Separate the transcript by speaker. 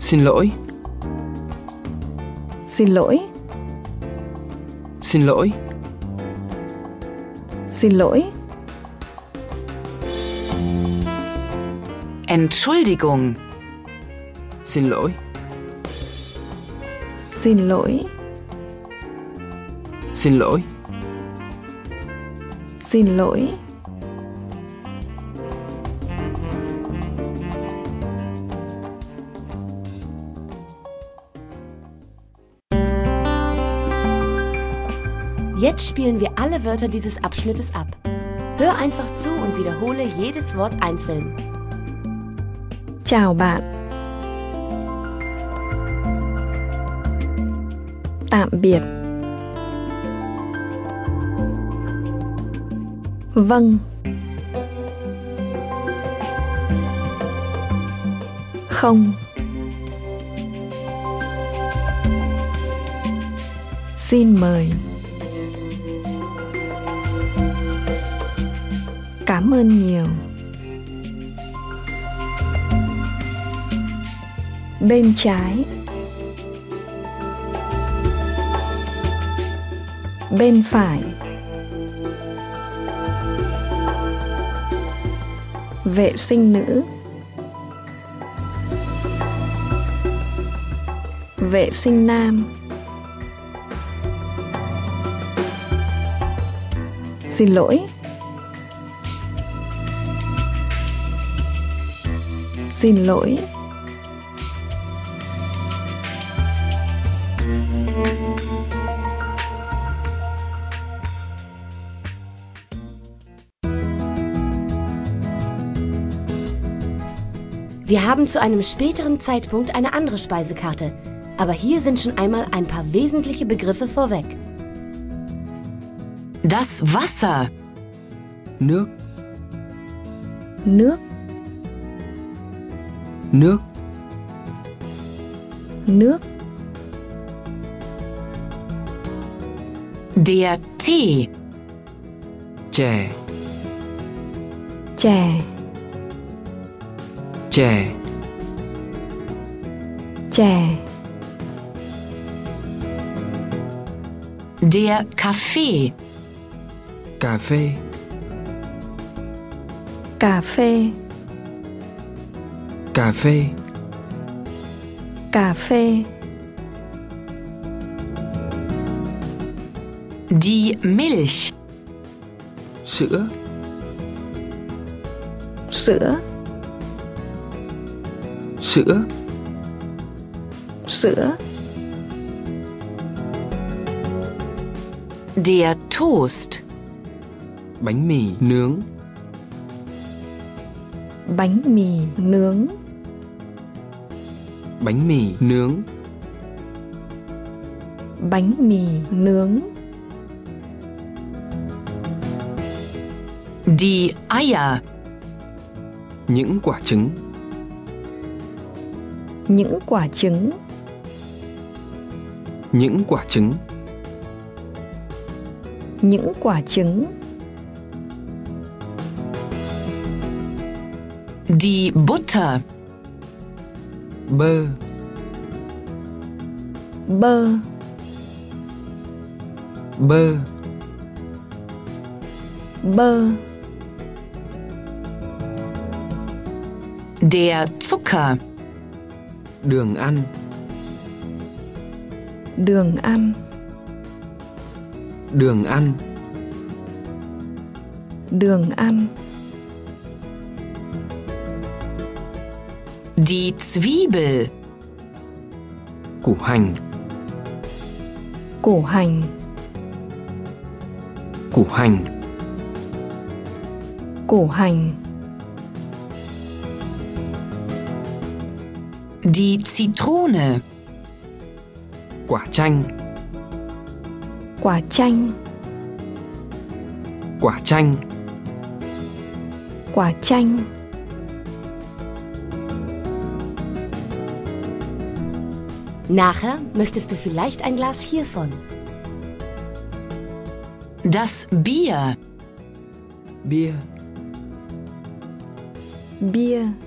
Speaker 1: Xin lỗi,
Speaker 2: Xin lỗi,
Speaker 1: xin lỗi,
Speaker 2: xin lỗi,
Speaker 3: Entschuldigung.
Speaker 1: xin lỗi,
Speaker 2: xin lỗi,
Speaker 1: xin lỗi,
Speaker 2: xin lỗi,
Speaker 4: Jetzt spielen wir alle Wörter dieses Abschnittes ab. Hör einfach zu und wiederhole jedes Wort einzeln.
Speaker 2: chào bạn. Tạm biệt. Vâng. Không. Xin mời. Cảm ơn nhiều. bên trái bên phải vệ sinh nữ vệ sinh nam xin lỗi xin lỗi
Speaker 4: Wir haben zu einem späteren Zeitpunkt eine andere Speisekarte, aber hier sind schon einmal ein paar wesentliche Begriffe vorweg.
Speaker 3: Das Wasser.
Speaker 1: nước,
Speaker 2: nước
Speaker 1: nước,
Speaker 2: nước
Speaker 3: Der Tee.
Speaker 1: chè,
Speaker 2: chè
Speaker 1: chè,
Speaker 2: chè
Speaker 3: Der Kaffee.
Speaker 1: cà phê,
Speaker 2: cà phê
Speaker 1: cà phê,
Speaker 2: cà phê
Speaker 3: Die Milch.
Speaker 1: sữa,
Speaker 2: sữa
Speaker 1: sữa,
Speaker 2: sữa
Speaker 3: Der Toast.
Speaker 1: bánh mì nướng,
Speaker 2: bánh mì nướng
Speaker 1: bánh mì nướng,
Speaker 2: bánh mì nướng
Speaker 3: Die Eier.
Speaker 1: những quả trứng,
Speaker 2: những quả trứng
Speaker 1: những quả trứng,
Speaker 2: những quả trứng
Speaker 3: Die Butter.
Speaker 1: bơ,
Speaker 2: bơ
Speaker 1: bơ,
Speaker 2: bơ
Speaker 3: Der Zucker.
Speaker 1: đường ăn,
Speaker 2: đường ăn
Speaker 1: đường ăn,
Speaker 2: đường ăn
Speaker 3: Die Zwiebel.
Speaker 1: củ hành,
Speaker 2: củ hành
Speaker 1: củ hành,
Speaker 2: củ hành
Speaker 3: Die Zitrone.
Speaker 1: quả chanh,
Speaker 2: quả chanh
Speaker 1: quả chanh,
Speaker 2: quả chanh
Speaker 4: Nachher möchtest du vielleicht ein Glas hiervon.
Speaker 3: Das Bier.
Speaker 1: bia,
Speaker 2: bia